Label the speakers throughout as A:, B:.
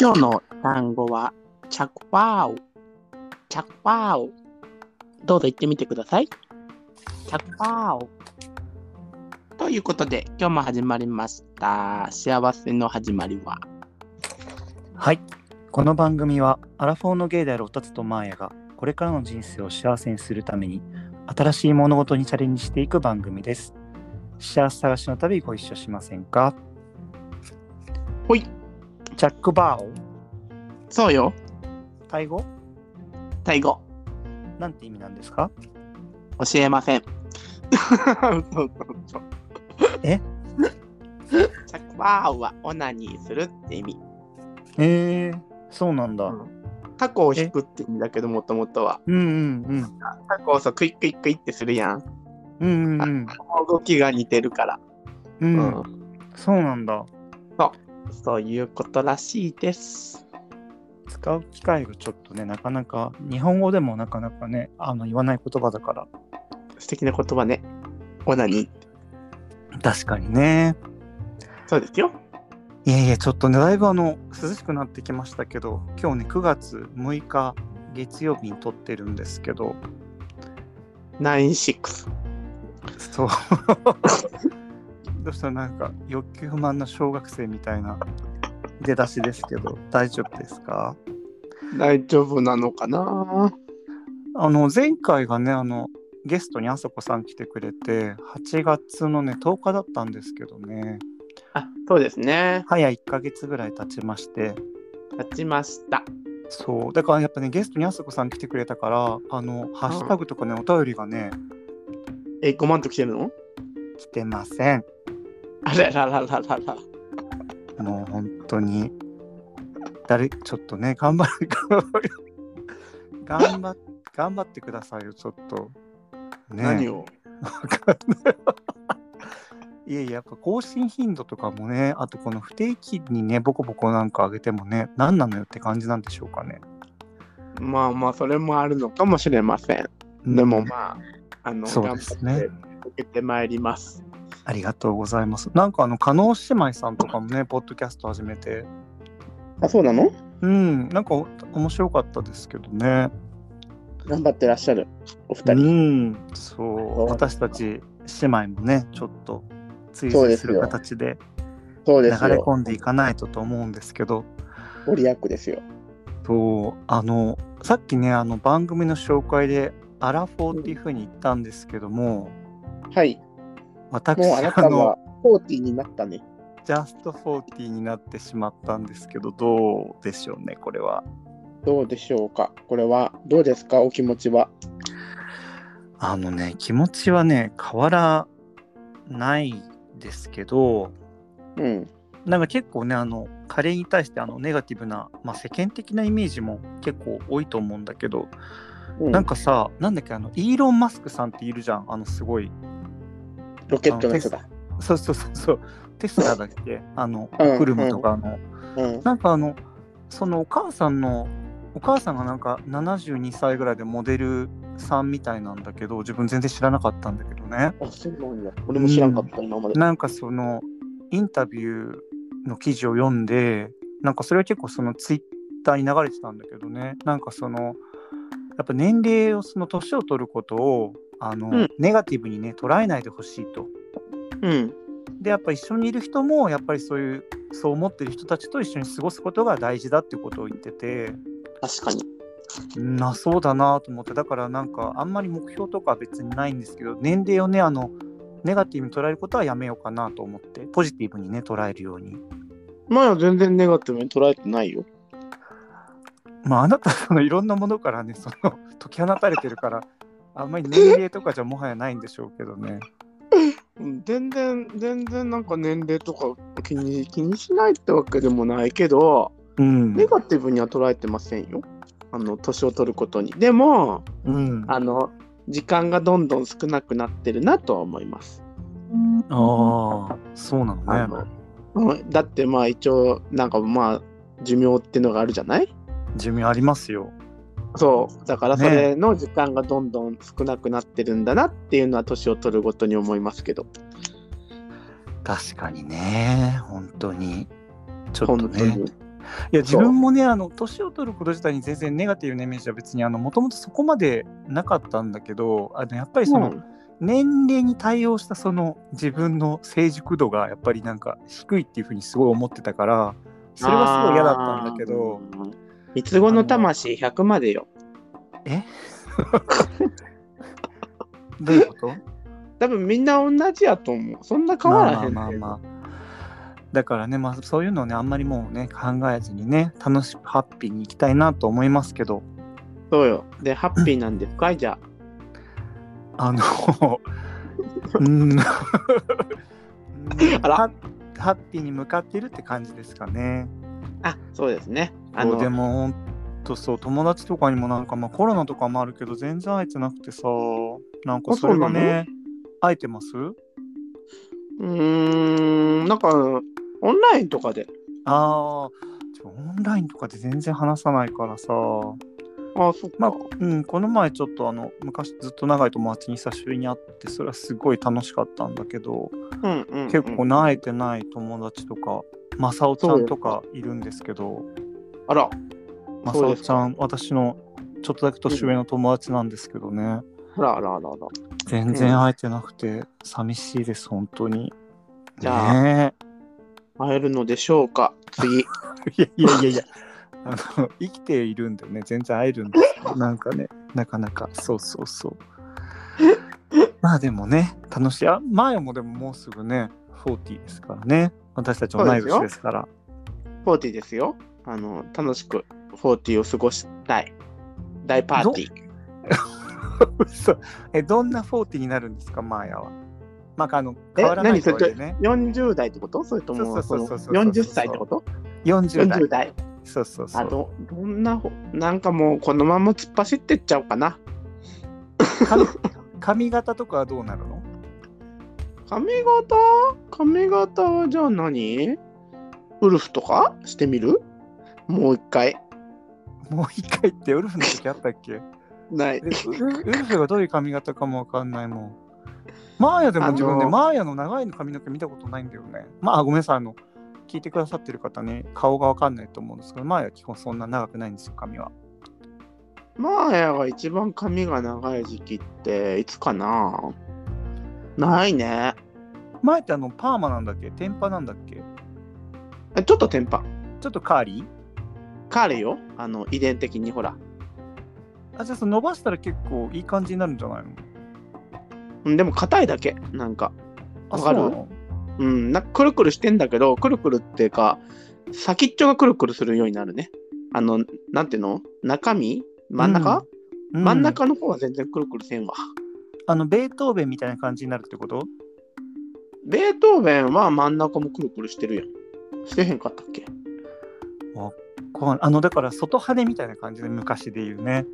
A: 今日の単語は、チャクパオ。チャクパオ。どうぞ言ってみてください。チャクパオ。ということで、今日も始まりました。幸せの始まりは。
B: はい。この番組は、アラフォーのゲイであるオタツとマーヤが、これからの人生を幸せにするために、新しい物事にチャレンジしていく番組です。幸せ探しの旅ご一緒しませんか
A: ほい。
B: ジャック・バーオ、
A: そうよ。
B: タイ語
A: タイ語。
B: なんて意味なんですか
A: 教えません。 嘘嘘嘘
B: え
A: チャクパオはオナニーするって意味。
B: えー、そうなんだ。うん
A: 過去を引くって意味だけど、もともとは。
B: うんうん。
A: 過去をそうクイックイックイってするやん。
B: うんうん
A: この動きが似てるから。
B: うん。
A: う
B: うん、そうなんだ。
A: そういうことらしいです。
B: 使う機会がちょっとね、なかなか、日本語でもなかなかね、あの言わない言葉だから。
A: 素敵な言葉ね。オナニー。
B: 確かにね。
A: そうですよ。
B: いやいや、ちょっとね、だいぶあの、涼しくなってきましたけど、今日ね、9月6日、月曜日に撮ってるんですけど、
A: ナインシックス。
B: そう。どうしたらなんか、欲求不満な小学生みたいな出だしですけど、大丈夫ですか
A: 大丈夫なのかな
B: あの、前回がね、あの、ゲストにあさこさん来てくれて、8月のね、10日だったんですけどね、
A: あ、そうですね。
B: 早1ヶ月ぐらい経ちまして、
A: 立ちました。
B: そうだからやっぱねゲストにあさこさん来てくれたからあのハッシュタグとかね、お便りがね
A: え、5万と来てるの
B: 来てません
A: あらららららら。
B: もう本当に誰ちょっとね頑張る頑張る頑張っ頑張ってくださいよちょっとね
A: 何
B: を
A: を
B: いやいややっぱ更新頻度とかもねあとこの不定期にねボコボコなんか上げてもね何なのよって感じなんでしょうかね
A: まあまあ、それもあるのかもしれません。でもまあ、あの、
B: そうですね
A: 頑張って受けてまいります。
B: ありがとうございますなんかあの加納姉妹さんとかもねポッドキャスト始めて
A: あ、そうなの
B: うん、なんかお面白かったですけどね。
A: 頑張ってらっしゃる。お
B: う
A: 二人。
B: ん、そう、私たち姉妹もね、ちょっと追
A: そう
B: 随
A: ですす
B: る
A: よ
B: 形で
A: そう
B: 流
A: で
B: れ
A: すよ。
B: 込んでいかないとと思うんですけど、
A: ご利益ですよ。
B: そう、あの、さっきね、あの番組の紹介で、アラフォーっていうふうに言ったんですけども、
A: はい。
B: 私、
A: もうあなた
B: の
A: は、40になったね。
B: ジャストフォーティーになってしまったんですけど、どうでしょうね、これは。
A: どうでしょうかこれはどうですかお気持ちは。
B: あのね、気持ちはね、変わらないですけど、
A: うん。
B: なんか結構ねあのカレーに対してあのネガティブな、まあ、世間的なイメージも結構多いと思うんだけど、
A: うん、
B: なんかさなんだっけあのイーロン・マスクさんっているじゃんあのすごい
A: ロケットの人だ。
B: そうそうそうそうテスラだっけあの
A: うん
B: クルムとかの、
A: うん。
B: なんかあのそのお母さんのお母さんがなんか72歳ぐらいでモデルさんみたいなんだけど自分全然知らなかったんだけどね
A: あ、そうなんだ。俺も知らんかった、今まで。
B: なんかそのインタビューの記事を読んでなんかそれは結構そのツイッターに流れてたんだけどねなんかそのやっぱ年齢をその年を取ることをあの、
A: うん
B: ネガティブにね捉えないでほしいと。
A: うん。
B: でやっぱ一緒にいる人もやっぱりそういうそう思ってる人たちと一緒に過ごすことが大事だってことを言ってて
A: 確かに。
B: うんあそうだなと思ってだからなんかあんまり目標とかは別にないんですけど年齢をねあのネガティブに捉えることはやめようかなと思ってポジティブにね捉えるように
A: 前は全然ネガティブに捉えてないよ。
B: まああなたそのいろんなものからねその解き放たれてるからあんまり年齢とかじゃもはやないんでしょうけどね
A: うん全然、全然なんか年齢とか気に気にしないってわけでもないけど、
B: うん
A: ネガティブには捉えてませんよ。あの、年を取ることに。でも、
B: うんあ
A: あの、時間がどんどん少なくなってるなとは思います。
B: あそうな
A: あ
B: のね
A: の、うんだってまあ一応、なんかまあ、寿命ってのがあるじゃない
B: 寿命ありますよ
A: そうだからそ
B: ね
A: れの時間がどんどん少なくなってるんだなっていうのは年を取るごとに思いますけど
B: 確かにね本当にちょっと
A: 本当
B: ね
A: に
B: いや自分もねあの年を取ること自体に全然ネガティブなイメージは別にあのもともとそこまでなかったんだけどあのやっぱりその、
A: うん
B: 年齢に対応したその自分の成熟度がやっぱりなんか低いっていうふうにすごい思ってたからそれはすごい嫌だったんだけど。
A: あー。うん三つ子の魂100までよ。
B: どういうこと
A: 多分みんな同じやと思う。そんな 変わらへん。
B: まあまあまあまあだからね、まあ、そういうのをねあんまりもうね考えずにね楽しくハッピーに行きたいなと思いますけど
A: そうよ。で、ハッピーなんで 深いじゃ。
B: あのうんう ん
A: あら
B: ハッハッピーに向かってるって感じですかね。
A: あ、そうですね。あ
B: そう
A: の
B: で、もほんとそう友達とかにもなんか、まあ、コロナとかもあるけど全然会えてなくてさなんか
A: あ
B: それが
A: そうな
B: ね会えてます
A: うーん、なんか、オンラインとかで。
B: ああオンラインとかで全然話さないからさ
A: あ、そっか。
B: まあ、うん、この前ちょっとあの昔ずっと長い友達に久しぶりに会ってそれはすごい楽しかったんだけど、
A: うんうんうん、
B: 結構な会えてない友達とかマサオちゃんとかいるんですけど
A: あら、
B: マサ
A: そう
B: オ
A: です
B: ちゃん私のちょっとだけ年上の友達なんですけどね、
A: あらあらあらあら。
B: 全然会えてなくて寂しいです本当に。
A: じゃ
B: ね
A: 会えるのでしょうか次。
B: え いやいやいやいやあの生きているんでね全然会えるんですよなんかねなかなかそうそうそう まあでもね楽しいあ前もでももうすぐね40ですからね私たち同い年ですから
A: 40ですよ。あの、楽しく40を過ごしたい。大パーティー。
B: そうえどんな40になるんですかマーヤはまああの
A: え
B: 変わらない
A: 何そ
B: と
A: れ
B: はいえね
A: 40代ってことそれともそ
B: そ
A: う
B: そ
A: の
B: うそうそうそうそう
A: 40歳ってこと
B: 40代
A: ?40 代。
B: そうそうそ
A: あ
B: う
A: の、どんなほ、なんかもうこのまま突っ走ってっちゃおうかな。
B: 髪髪型とかはどうなるの
A: 髪型髪型はじゃあ何ウルフとかしてみるもう一回。
B: もう一回ってウルフの時あったっけ
A: ない。
B: でウルウルフがどういう髪型かもわかんないもん。マーヤでも自分
A: あ
B: で、
A: の
B: マーヤの長いの髪の毛見たことないんだよね。まあ、ごめんなさい、あの、聞いてくださってる方ね、顔がわかんないと思うんですけど、マーヤは基本そんな長くないんですよ、髪は。
A: マーヤが一番髪が長い時期っていつかなないね。
B: マーヤってあの、パーマなんだっけテンパなんだっけ
A: えちょっとテンパ。
B: ちょっとカーリー
A: カールよ。あの、遺伝的にほら。
B: あ、じゃあその伸ばしたら結構いい感じになるんじゃないの
A: うんでも硬いだけ。なんか。
B: あ、
A: わかる
B: そうなの
A: うん。なんかくるくるしてんだけど、くるくるっていうか、先っちょがくるくるするようになるね。あの、なんていうの中身真ん中、
B: うん
A: 真ん中の方は全然くるくるせんわ。
B: あの、ベートーベンみたいな感じになるってこと
A: ベートーベンは真ん中もくるくるしてるやん。してへんかったっけ
B: こうあの、だから外羽みたいな感じで昔で言うね。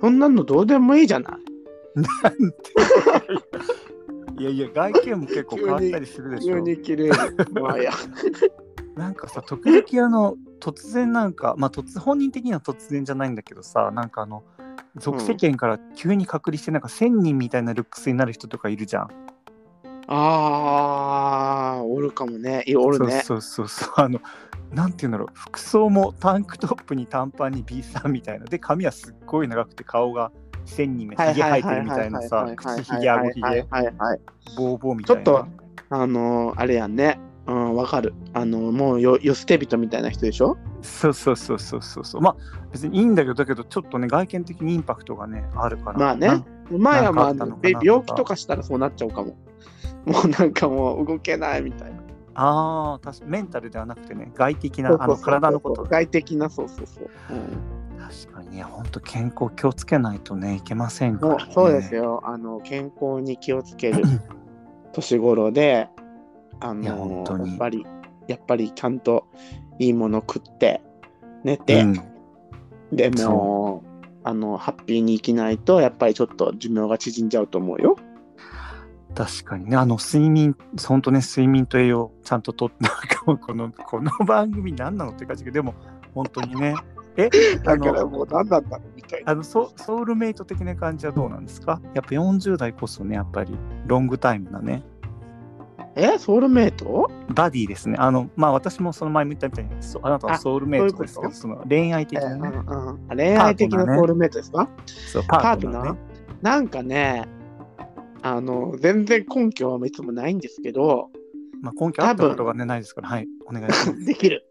A: そんなのどうでもいいじゃない。
B: いやいや、外見も結構変わったりするでしょ。
A: 綺麗に。まあいや。
B: なんかさ、時々あの、突然なんか、まあ突、本人的には突然じゃないんだけどさ、なんかあの、俗世間から急に隔離して、なんか1000人みたいなルックスになる人とかいるじゃん。
A: あー、おるかもね。いやおるね。
B: そうそうそうそう、あの、なんていうんだろう、服装もタンクトップに短パンに B さんみたいな、で、髪はすっごい長くて、顔が1000人目、ひげ生えてるみたいなさ、口ひげ、あごひげ、
A: はいはいはい。
B: ぼうぼうみたいな。
A: ちょっあのー、あれやんね。うん、わかる。あのー、もうよ、よ捨て人みたいな人でしょ
B: そうそうそうそうそうそう。まあ、別にいいんだけど、だけど、ちょっとね、外見的にインパクトがね、あるから。
A: まあね
B: なん
A: 前はまあ、
B: なんかあったのかな
A: べ病気とかしたらそうなっちゃうかも。もうなんかもう動けないみたいな。
B: ああ、確かメンタルではなくてね、外的な
A: そう、そ
B: あ
A: うそ
B: の
A: う
B: 体のこと。
A: 外的な、そうそうそう。うん
B: 確かにね、本当健康気をつけないとね、いけませんから、
A: そう
B: ね。
A: そうです。よあの健康に気をつける 年頃であ
B: いや
A: の
B: 本
A: や
B: 当に
A: っぱりやっぱりちゃんといいもの食って寝
B: う
A: て、
B: ん、
A: で
B: そ
A: もあのハッピーに生きないとやっぱりちょっと寿命が縮んじゃうと思うよ。
B: 確かにね、あの、睡眠、本当ね、睡眠と栄養、ちゃんととって、なん かもうこの、この番組何なのって感じだけど、でも、本当にね、え、あ
A: だからも
B: の
A: う、何なんだろうみたいな。
B: あのソソウルメイト的な感じはどうなんですかやっぱ40代こそね、やっぱりロングタイムなね。
A: えソウルメイト
B: バディですね。あの、まあ私もその前も言ったみたいに、そうあなたはソウルメイトですけど、
A: あ
B: その恋愛
A: え
B: 的なね、
A: うんうん恋愛的なソウルメイトですか
B: そう
A: パ
B: パ
A: ー
B: ート
A: ト
B: ナ
A: ナ
B: ー
A: ー,、
B: ね、
A: なんかね、あの、全然根拠はいつもないんですけど、
B: まあ根拠あったことがね、ないですから、はい、お願いします。い
A: できる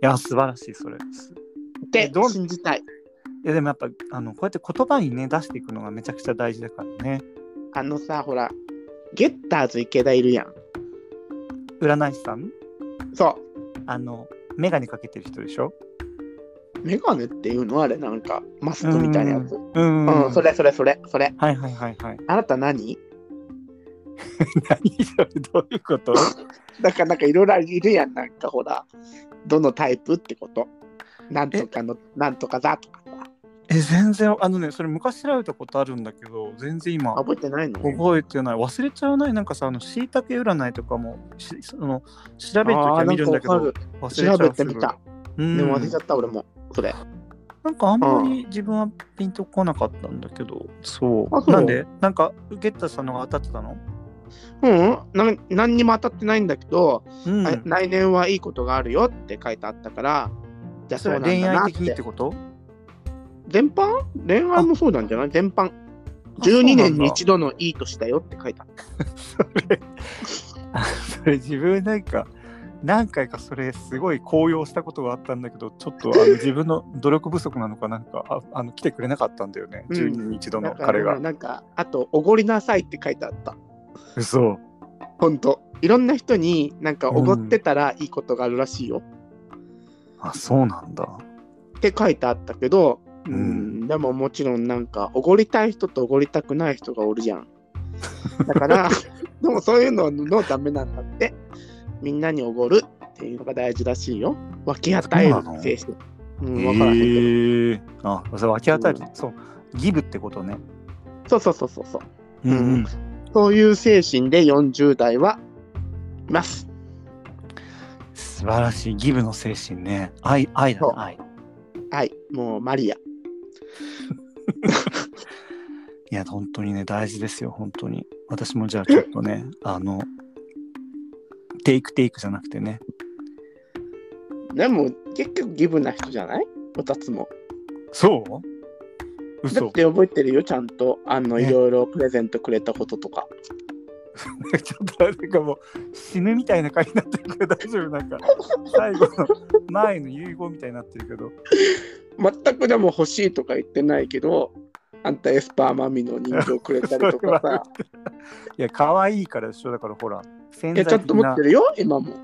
B: や、素晴らしい、それ。す
A: って
B: えどう
A: 信じたい。
B: いや、でもやっぱ、あの、こうやって言葉にね、出していくのがめちゃくちゃ大事だからね。
A: あのさ、ほら、ゲッターズ池田いるやん。
B: 占い師さん、
A: そ
B: あの、眼鏡かけてる人でしょ
A: う。メガネっていうのあれ、なんか、マスクみたいなやつ。う
B: うーん。
A: ん、それそれそれ、それ。
B: はいはいはいはい。
A: あなた何
B: 何それ、どういうこと
A: だからなんかいろいろいるやん、なんかほら、どのタイプってこと。なんとかの、なんとかだとかさ。
B: え、全然、あのね、それ昔調べたことあるんだけど、全然今、
A: 覚えてないの
B: 覚えてない。忘れちゃわない。なんかさ、あの、しいたけ占いとかも、しその、調べると
A: あ
B: きは
A: ーな
B: 見
A: ん
B: るん
A: か
B: だ
A: わ
B: け
A: か
B: ど、
A: る。
B: 忘れちゃう
A: 調べてみた。。
B: すぐうん
A: でも忘れちゃった、俺も。それ。
B: なんかあんまり自分はピンとこなかったんだけど、そ
A: あ
B: う。
A: そう
B: なんで、なんか、ゲッタさんのが当たってたの
A: うん、なん何にも当たってないんだけど、
B: うん。
A: あ来年はいいことがあるよって書いてあったから、じゃあ
B: そ
A: そう
B: れ
A: な
B: は
A: んだ
B: 恋
A: な
B: 愛
A: って
B: 的にってこと
A: 全般恋愛もそうなんじゃない全般。12年に一度のいい年だよって書いてあった。
B: それそれ 自分なんか何回かそれすごい高揚したことがあったんだけどちょっ とあの自分の努力不足なのかなんかああの来てくれなかったんだよね、
A: うん
B: 10人に一度
A: だ
B: の
A: から
B: 彼が
A: なんか、あと、おごりなさいって書いてあった。
B: 嘘
A: ほんと。いろんな人になんかおごってたらいいことがあるらしいよ、
B: あそうなんだ
A: って書いてあったけど、
B: う
A: うんん、でももちろんなんか、おごりたい人とおごりたくない人がおるじゃん。だから、 でもそういうののダメなんだって。みんなにおごるっていうのが大事らしいよ。分け与える精神。うん、分からへんけど。
B: へえあそう分け与える、
A: う
B: そうギブってことね
A: そうそうそうそうそう。
B: うん
A: うんそういう精神で40代はいます。
B: 素晴らしいギブの精神ね愛愛だ
A: そ
B: ね
A: う
B: 愛
A: はい、もうマリア。
B: いや本当にね大事ですよ本当に私もじゃあちょっとねあのテイクテイクじゃなくてね
A: でも結局ギブな人じゃないおたつも。
B: そう
A: だ
B: 嘘
A: って覚えてるよ、ちゃんと。あの、
B: ね
A: いろいろプレゼントくれたこととか。
B: ちょっとなんかもう死ぬみたいな回になってるけど大丈夫なんか最後の前の遺言みたいになってるけど
A: 全くでも欲しいとか言ってないけど、あんたエスパーマミの人形くれたりとか
B: それ
A: さ
B: は。いや可愛いからでしょだからほら潜
A: いや、ちゃ
B: 在
A: んと
B: 的
A: 持っ
B: な
A: てるよ、今も。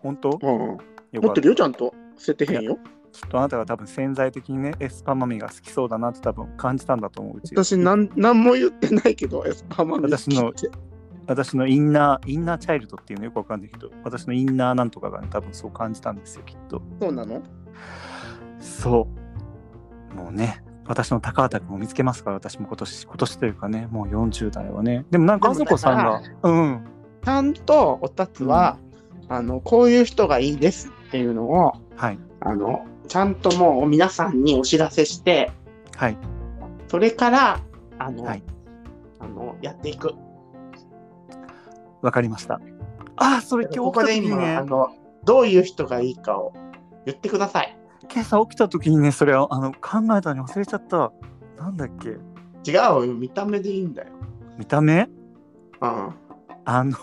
B: 本当
A: うん、
B: よ
A: 持
B: か
A: っ
B: ってた
A: るよ、ちゃんと。捨ててへんよ。
B: きっとあなたが多分潜在的にねエスパーマミが好きそうだなって多分感じたんだと思ううち
A: 私なん、何も言ってないけど、エスパーマミ好きって
B: 私の私のインナーインナーチャイルドっていうのよくわかんないけど私のインナーなんとかがね多分そう感じたんですよきっと
A: そうなの
B: そう。もうね、私の高畑君を見つけますから、私も今年、今年というかね、もう40代はね。でもなんか、あ
A: でも
B: ずこさんが
A: だ、
B: うん。
A: ちゃんとおたつは、あのこういう人がいいですっていうのを
B: はい。
A: あのちゃんともう皆さんにお知らせして
B: はい。
A: それからあの、
B: はい
A: あのやっていく
B: わかりました。あー、それ今
A: こ
B: 日
A: こ
B: 起きた
A: で
B: 時に
A: 今、あ
B: ね、
A: のどういう人がいいかを言ってください
B: 今朝起きた時にね、それをあの考えたのに忘れちゃった。なんだっけ
A: 違うよ見た目でいいんだよ、
B: 見た目
A: うん、
B: あの、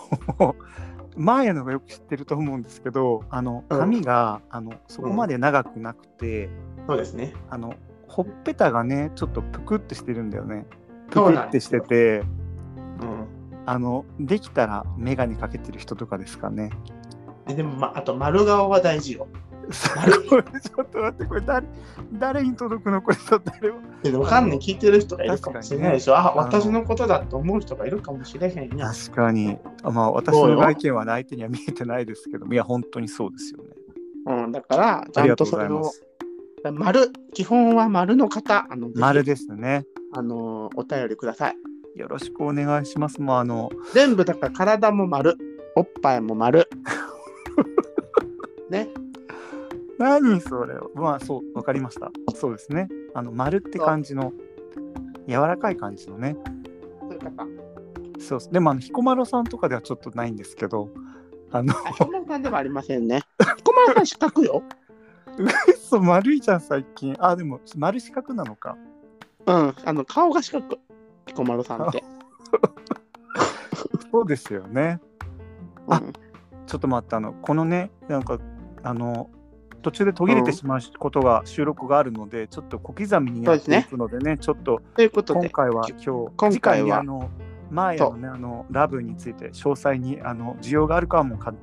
B: マーヤのがよく知ってると思うんですけど、あの、
A: うん
B: 髪が、あの、そこまで長くなくて、
A: そうですね
B: あの、ほっぺたがね、ちょっとぷくってしてるんだよね。ぷ
A: そ
B: く
A: うな
B: っ
A: ん
B: て
A: で
B: し
A: す
B: て
A: よ
B: て、
A: うん
B: あのできたら眼鏡かけてる人とかですかね。
A: えでも、ま、あと丸顔は大事よ。
B: これちょっと待ってこれ誰誰に届くのこれさ誰も
A: でわかんない、聞いてる人がいるかもしれないでしょ。あ、
B: かにね
A: 私のことだと思う人がいるかもしれへんやん。
B: 確かにあまあ私の外見は相手には見えてないですけどもいや本当にそうですよね。
A: うん、だから、ち
B: あ
A: ゃ
B: りが
A: ん
B: と
A: と
B: うご
A: そ
B: ざ
A: れ
B: いま
A: を
B: す。
A: 丸、基本は丸の方、あの、
B: 丸
A: ぜ
B: ですね。
A: ひあの、お便りください。
B: よろしくお願いします。もうあの
A: 全部だから体も丸、おっぱいも 丸。ね、
B: 何それまあそうわかりました。そうですね。あの丸って感じの柔らかい感じのね
A: そういう方。
B: そうそうでもあの彦摩呂さんとかではちょっとないんですけどあの
A: あ彦摩呂さんではありませんね。彦摩呂さん四角よ。
B: そう丸いじゃん最近あでも丸四角なのか
A: うん、あの顔が四角。彦摩呂さんって。
B: そうですよね
A: う
B: あ
A: ん、
B: ちょっと待ってあのこのねなんかあの途中で途切れてしまうことが、収録があるのでちょっと小刻みにやっていくのでねちょっと
A: ということ
B: 今
A: で、
B: 回は
A: き
B: 今日
A: 今
B: 次回
A: 回は
B: にあのマーヤのねあのラブについて詳細にあの需要があるかはもうか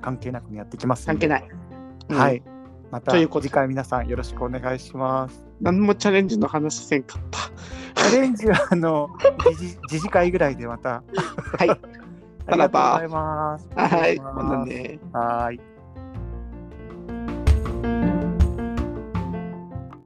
B: 関係なくやっていきますの
A: 関係
B: で
A: ない。うん
B: はい。また
A: ということで
B: 次回皆さんよろしくお願いします。
A: 何もチャレンジの話せんかった。
B: チャレンジは あの時事時事会ぐらいでまた。
A: はい。
B: ありがとうございます。
A: はい。
B: お願
A: ほん
B: し
A: な
B: ま
A: ん
B: す
A: で。
B: はーい。